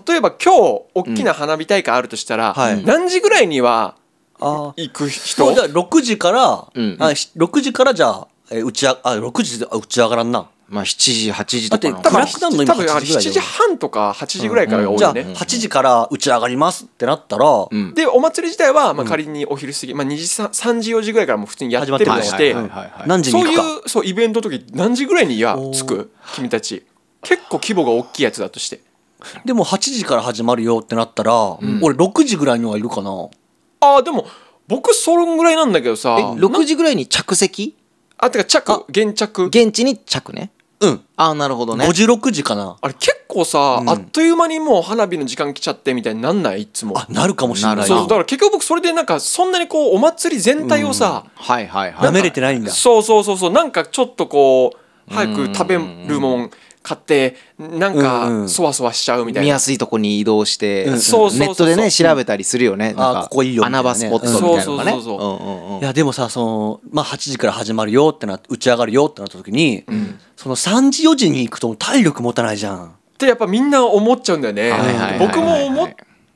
Speaker 4: 例えば今日大きな花火大会あるとしたら、
Speaker 3: うんはい
Speaker 4: 何時ぐらいには
Speaker 3: あ
Speaker 4: 行く
Speaker 3: あもう
Speaker 4: 人
Speaker 3: じゃあ6時から、
Speaker 2: うん
Speaker 3: あし6時からじゃあえー打ちああ6時であ打ち上がらんな
Speaker 2: まあ7時8時とか
Speaker 3: だ
Speaker 2: の
Speaker 3: って
Speaker 4: 多分
Speaker 3: 暗くなるの今
Speaker 4: 多分あれ7
Speaker 3: 8
Speaker 4: 時半とか8時ぐらいからが多い
Speaker 3: じゃあ
Speaker 4: ね、
Speaker 3: 8時から打ち上がりますってなったら、
Speaker 2: うん
Speaker 4: でお祭り自体はまあ仮にお昼過ぎ、まあ、2時3 3時4時ぐらいからもう普通にやってると
Speaker 3: 始まってる
Speaker 4: し
Speaker 2: はい
Speaker 4: て
Speaker 2: はいはいはい
Speaker 3: 何時に
Speaker 4: そ
Speaker 3: 行
Speaker 4: う
Speaker 3: くか
Speaker 4: いうそうイベントの時何時ぐらいにや
Speaker 3: おー
Speaker 4: つく君たち結構規模が大きいやつだとして
Speaker 3: でも8時から始まるよってなったら、俺6時ぐらいにはいるかな
Speaker 4: ああでも僕そんぐらいなんだけどさ
Speaker 2: え6時ぐらいに着席
Speaker 4: あてか着現着
Speaker 2: 現地に着ね
Speaker 3: ううん
Speaker 2: ああなるほどね
Speaker 3: 56時かな
Speaker 4: あれ結構さ、
Speaker 2: うん
Speaker 4: あっという間にもう花火の時間来ちゃってみたいになんないいつも
Speaker 3: あなるかもしれない
Speaker 2: なる
Speaker 4: そう
Speaker 2: ほ
Speaker 4: だ
Speaker 2: ど
Speaker 4: から結局僕それでなんかそんなにこうお祭り全体をさ、
Speaker 2: はいはいはい
Speaker 3: なめれてないんだ
Speaker 4: そうそうそうそうなんかちょっとこう早く食べるもん買ってな
Speaker 3: う
Speaker 4: ん
Speaker 3: んうん
Speaker 4: かそわそわしちゃうみたい
Speaker 2: 見
Speaker 4: な、
Speaker 2: やすいとこに移動して、
Speaker 3: うん
Speaker 4: そうそうそうそう
Speaker 2: ネットでね調べたりするよね、なんか
Speaker 3: あここいいよみ
Speaker 2: 穴
Speaker 3: たいなね
Speaker 2: 場スポットみたいなのがね
Speaker 4: そうそう
Speaker 2: う
Speaker 4: そう
Speaker 2: んうんうん
Speaker 3: いやでもさその、まあ、8時から始まるよってなって打ち上がるよってなった時に、その3時4時に行くと体力持たないじゃん。
Speaker 4: ってやっぱみんな思っちゃうんだよね、
Speaker 2: はいはいはいはい
Speaker 4: 僕も思っ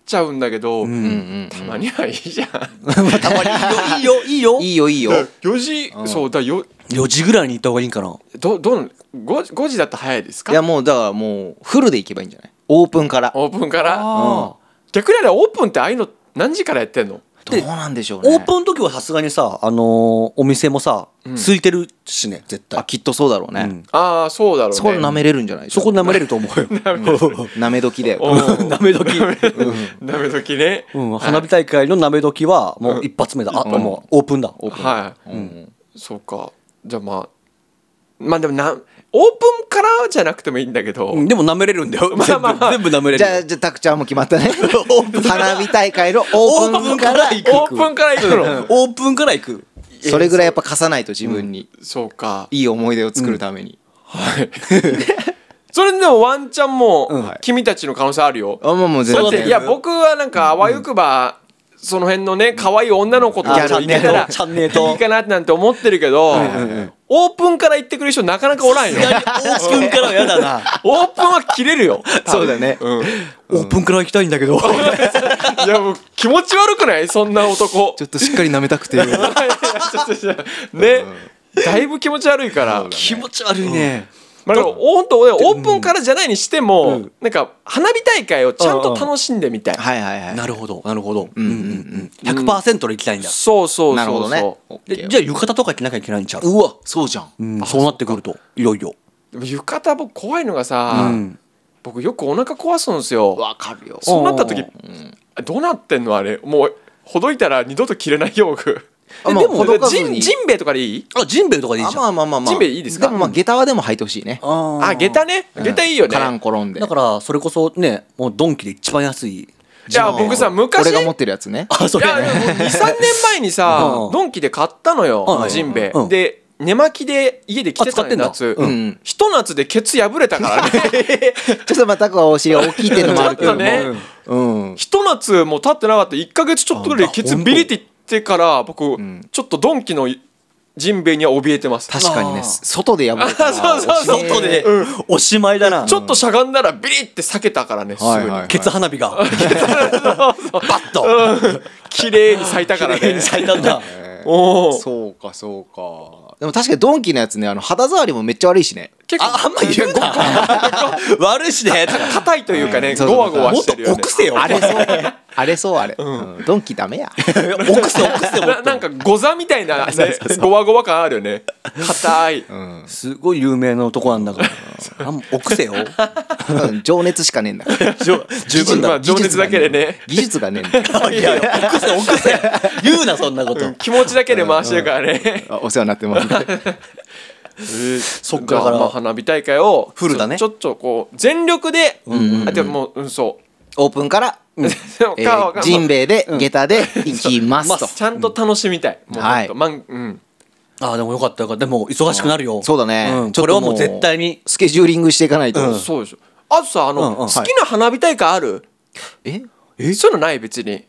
Speaker 4: ちゃうんだけど、
Speaker 3: うん
Speaker 2: うんうん
Speaker 4: たまにはいいじゃん
Speaker 3: たまにいいよいいよいい
Speaker 2: いいよいいよ
Speaker 4: 4時、そうだよ
Speaker 3: よ4時ぐらいに行った方がいいんかな
Speaker 4: どどん 5, 時だったら早いですか
Speaker 2: いやもうだからもうフルで行けばいいんじゃないオープンから
Speaker 4: オープンから
Speaker 2: あ
Speaker 4: 逆にあれオープンってああいうの何時からやってんの
Speaker 2: どうなんでしょうね
Speaker 3: オープンの時はさすがにさ、あのーお店もさ、
Speaker 4: うん
Speaker 3: 空いてるしね絶対
Speaker 2: あきっとそうだろうね、
Speaker 3: うん
Speaker 4: ああそうだろうね
Speaker 2: そこ舐めれるんじゃない
Speaker 3: そこ舐めれると思 うよ、
Speaker 2: 舐め時だよ
Speaker 4: おう
Speaker 3: 舐め時
Speaker 4: ダメ時ね
Speaker 3: うん、花火大会の鍋時はもう一発目だ、あ
Speaker 2: うん
Speaker 3: もうオープンだオープンだ
Speaker 4: はい、そうかじゃあまあまあでもなオープンからじゃなくてもいいんだけど、
Speaker 3: うんでも舐めれるんだ よ、全部全部舐め れる
Speaker 2: じゃあじゃあたくちゃんも決まった ね花火大会のオープンか
Speaker 3: オープンからら行
Speaker 4: オープンから行くの
Speaker 3: オープンから行く
Speaker 2: それぐらいやっぱ貸さないと自分に、
Speaker 4: そうか
Speaker 2: いい思い出を作るために、
Speaker 4: それでもワンチャンも
Speaker 2: うん
Speaker 4: う君たちの可能性あるよ、
Speaker 2: あもうもう全
Speaker 4: だっ
Speaker 2: 然
Speaker 4: ていや僕はなんかあわよくば、その辺のね可愛い女の子と
Speaker 2: あ
Speaker 4: か
Speaker 2: チャ
Speaker 4: とい
Speaker 2: ンネ
Speaker 4: け
Speaker 2: ル
Speaker 4: たら
Speaker 3: チャンネ ルと
Speaker 4: いいかななんて思ってるけどオープンから行ってくる人なかなかおらん
Speaker 3: オ
Speaker 4: よ
Speaker 3: ープンからはやだな
Speaker 4: オープンは切れるよ
Speaker 2: そうだね、
Speaker 3: オープンから行きたいんだけ ど
Speaker 4: いやもう気持ち悪くないそんな男
Speaker 2: ちょっとしっかり舐めたくて
Speaker 4: いやいやちょっとちょっとね、だいぶ気持ち悪いから、
Speaker 3: 気持ち悪いね、
Speaker 4: まあ、でも本当ねオープンからじゃないにしても、なんか花火大会をちゃんと楽しんでみたい、
Speaker 2: はいはいはい
Speaker 3: なるほどなるほど、
Speaker 2: うんうん
Speaker 3: 100%で行きたいんだ、
Speaker 4: そうそうそうそう
Speaker 2: なるほどね
Speaker 3: でじゃあ浴衣とか着なきゃいけないんちゃう、
Speaker 2: うわそうじゃん
Speaker 3: うんそうなってくるといよいよ、
Speaker 4: でも浴衣僕怖いのがさ、
Speaker 3: うん
Speaker 4: 僕よくお腹壊すんですよ
Speaker 2: わかるよ
Speaker 4: そうなった時、
Speaker 3: うん
Speaker 4: どうなってんのあれもうほどいたら二度と着れないよ僕
Speaker 2: あ
Speaker 3: え
Speaker 2: もう
Speaker 3: でも
Speaker 2: ほどかず
Speaker 4: ジン
Speaker 2: に
Speaker 4: ジンベエとかでいい
Speaker 3: あジンベエとかでいい
Speaker 2: あ
Speaker 3: じゃん
Speaker 2: まあまあまあまあ
Speaker 4: ジンベエいいですか
Speaker 2: でもまあ下駄はでも履いてほしいね
Speaker 3: あ
Speaker 4: あ下駄ね下駄いいよね、
Speaker 2: カランコロンで
Speaker 3: だからそれこそねもうドンキで一番安い
Speaker 4: いや僕さ昔
Speaker 2: 俺が持ってるやつね
Speaker 3: あそ
Speaker 4: いや23年前にさ
Speaker 3: うん
Speaker 4: ドンキで買ったのよ
Speaker 3: うん
Speaker 4: ジンベ
Speaker 3: う
Speaker 4: エ
Speaker 3: ん
Speaker 4: で寝巻きで家で着てた
Speaker 3: あ使って
Speaker 4: のよ
Speaker 3: んだ
Speaker 4: 夏
Speaker 2: う
Speaker 4: うんんひと夏でケツ破れたから ね
Speaker 2: ちょっとまあタコはお尻大きいっていうのもあるけども
Speaker 4: ちょっとね
Speaker 2: うん
Speaker 4: ひと夏もう経ってなかった1か月ちょっとぐらいケツビリっていってから僕
Speaker 2: ん
Speaker 4: ちょっとドンキのジンベエには怯えてます
Speaker 2: 確かにね
Speaker 3: あー
Speaker 2: 外で破れたら
Speaker 4: あそうそうそ
Speaker 2: お
Speaker 4: う
Speaker 2: 尻
Speaker 3: 外でおしまいだな
Speaker 4: ちょっとしゃがんだらビリって避けたからねす
Speaker 2: はい
Speaker 4: ぐ
Speaker 2: はい
Speaker 4: に
Speaker 3: ケツ花火 がバッと
Speaker 4: 綺麗に咲いたから
Speaker 3: 綺麗
Speaker 4: ね
Speaker 3: に咲いたんだ
Speaker 4: おー
Speaker 2: そうかそうかでも確かにドンキのやつねあの肌触りもめっちゃ悪いしね
Speaker 4: 結
Speaker 3: ああん
Speaker 4: 構
Speaker 3: ま言うな 悪いしね
Speaker 4: 硬いというか
Speaker 2: うん
Speaker 4: ね
Speaker 2: そうそう
Speaker 4: ゴワゴワ
Speaker 3: もっ
Speaker 4: し
Speaker 3: と
Speaker 4: てるよね
Speaker 3: 臆せよ
Speaker 2: あれそうあれそうあれうんドンキダメや
Speaker 3: 臆せ 臆せも
Speaker 4: な
Speaker 3: っと
Speaker 4: なんかゴザみたいなねゴワゴワ感あるよね硬い
Speaker 2: うん
Speaker 3: すごい有名な男なんだからあん臆せよ
Speaker 2: 情熱しかねえんだから
Speaker 3: じょ十分
Speaker 4: ま
Speaker 3: だ
Speaker 4: あ情熱だけでね
Speaker 2: 技術がねえんだから
Speaker 3: いやいや臆せ臆せ言うなそんなこと
Speaker 4: 気持ちだけで回してるからね。
Speaker 2: あお世話になってます
Speaker 3: そっ
Speaker 4: じ
Speaker 3: か
Speaker 4: ゃ
Speaker 3: だか
Speaker 4: あまあ
Speaker 3: ら
Speaker 4: 花火大会を
Speaker 3: フルだね
Speaker 4: ちょちょっとこう全力で、あでももううんそ
Speaker 2: オープンから
Speaker 4: う。でも
Speaker 2: え
Speaker 4: かわか
Speaker 2: ー
Speaker 4: ん
Speaker 2: ジンベエで下駄で行きますと
Speaker 4: ちゃんと楽しみたい。もう
Speaker 2: はい
Speaker 4: ほんとまんうん
Speaker 3: あでもよかったよかったでも忙しくなるよ
Speaker 2: そうだね
Speaker 3: うん
Speaker 2: ちょっと
Speaker 3: これはもう絶対に
Speaker 2: スケジューリングしていかないと
Speaker 4: そうでしょ。あとさあ
Speaker 3: うんうん
Speaker 4: の
Speaker 3: は
Speaker 4: 好
Speaker 3: い
Speaker 4: きな花火大会ある？
Speaker 2: え
Speaker 4: そういうのない別に。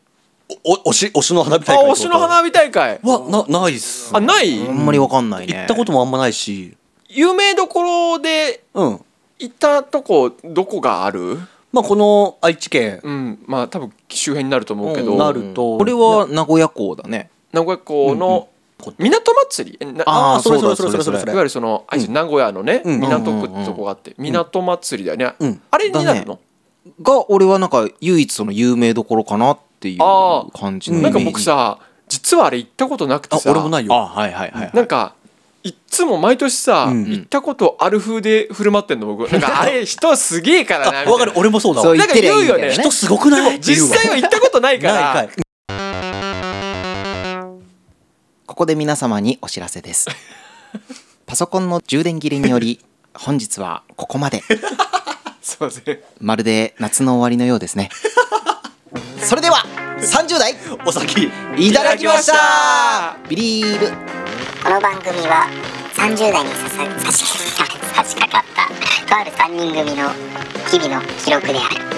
Speaker 3: おお推し推しの花火大
Speaker 4: あ
Speaker 3: 会
Speaker 4: 推しの花火大会。
Speaker 3: はなないっす
Speaker 4: あない？
Speaker 2: あんまりわかんないね
Speaker 3: 行ったこともあんまないし
Speaker 4: 有名どころで
Speaker 3: うん
Speaker 4: 行ったとこどこがある？
Speaker 3: まあこの愛知県
Speaker 4: うんまあ多分周辺になると思うけ
Speaker 3: うん
Speaker 4: ど。
Speaker 3: なると
Speaker 2: これは名古屋港だね
Speaker 4: 名古屋港の
Speaker 3: うん
Speaker 4: 港祭りえな
Speaker 2: あー
Speaker 3: それそれ
Speaker 2: そうだ
Speaker 3: それそれそ
Speaker 2: そ
Speaker 4: い
Speaker 3: れ
Speaker 4: わゆるその愛知名古屋のね
Speaker 3: うん
Speaker 4: 港区ってとこがあって港祭りだよ
Speaker 3: う
Speaker 4: ね
Speaker 3: ん
Speaker 4: あれになるの
Speaker 2: が俺はなんか唯一その有名どころかなってい
Speaker 4: あ
Speaker 2: う
Speaker 4: ー
Speaker 2: 感じのイメ
Speaker 4: な
Speaker 2: ー
Speaker 4: ん
Speaker 2: ジ
Speaker 4: か僕さ実はあれ行ったことなくて
Speaker 3: あ
Speaker 4: さ
Speaker 3: 俺もないよ
Speaker 2: あはいはいはい
Speaker 4: なんかいっつも毎年さ
Speaker 3: うん
Speaker 4: 行ったことある風で振る舞ってんの僕なんかあれ人すげえからなみたいな
Speaker 3: わかる俺もそうだ
Speaker 2: そう
Speaker 3: わ
Speaker 2: 言ってりゃいいんだよ
Speaker 4: なん
Speaker 2: ね
Speaker 4: か言うよね
Speaker 3: 人すごく
Speaker 4: で
Speaker 3: な
Speaker 4: も
Speaker 3: い
Speaker 4: 実際は行ったことないか
Speaker 3: ない
Speaker 4: ら
Speaker 3: かい
Speaker 2: ここで皆様にお知らせです。パソコンの充電切れにより本日はここ まで
Speaker 4: すいません
Speaker 2: まるで夏の終わりのようです ねそれでは30代
Speaker 3: お先
Speaker 2: いただきましたビリーブ
Speaker 1: この番組は30代にさ さ差し差し掛かったとある3人組の日々の記録である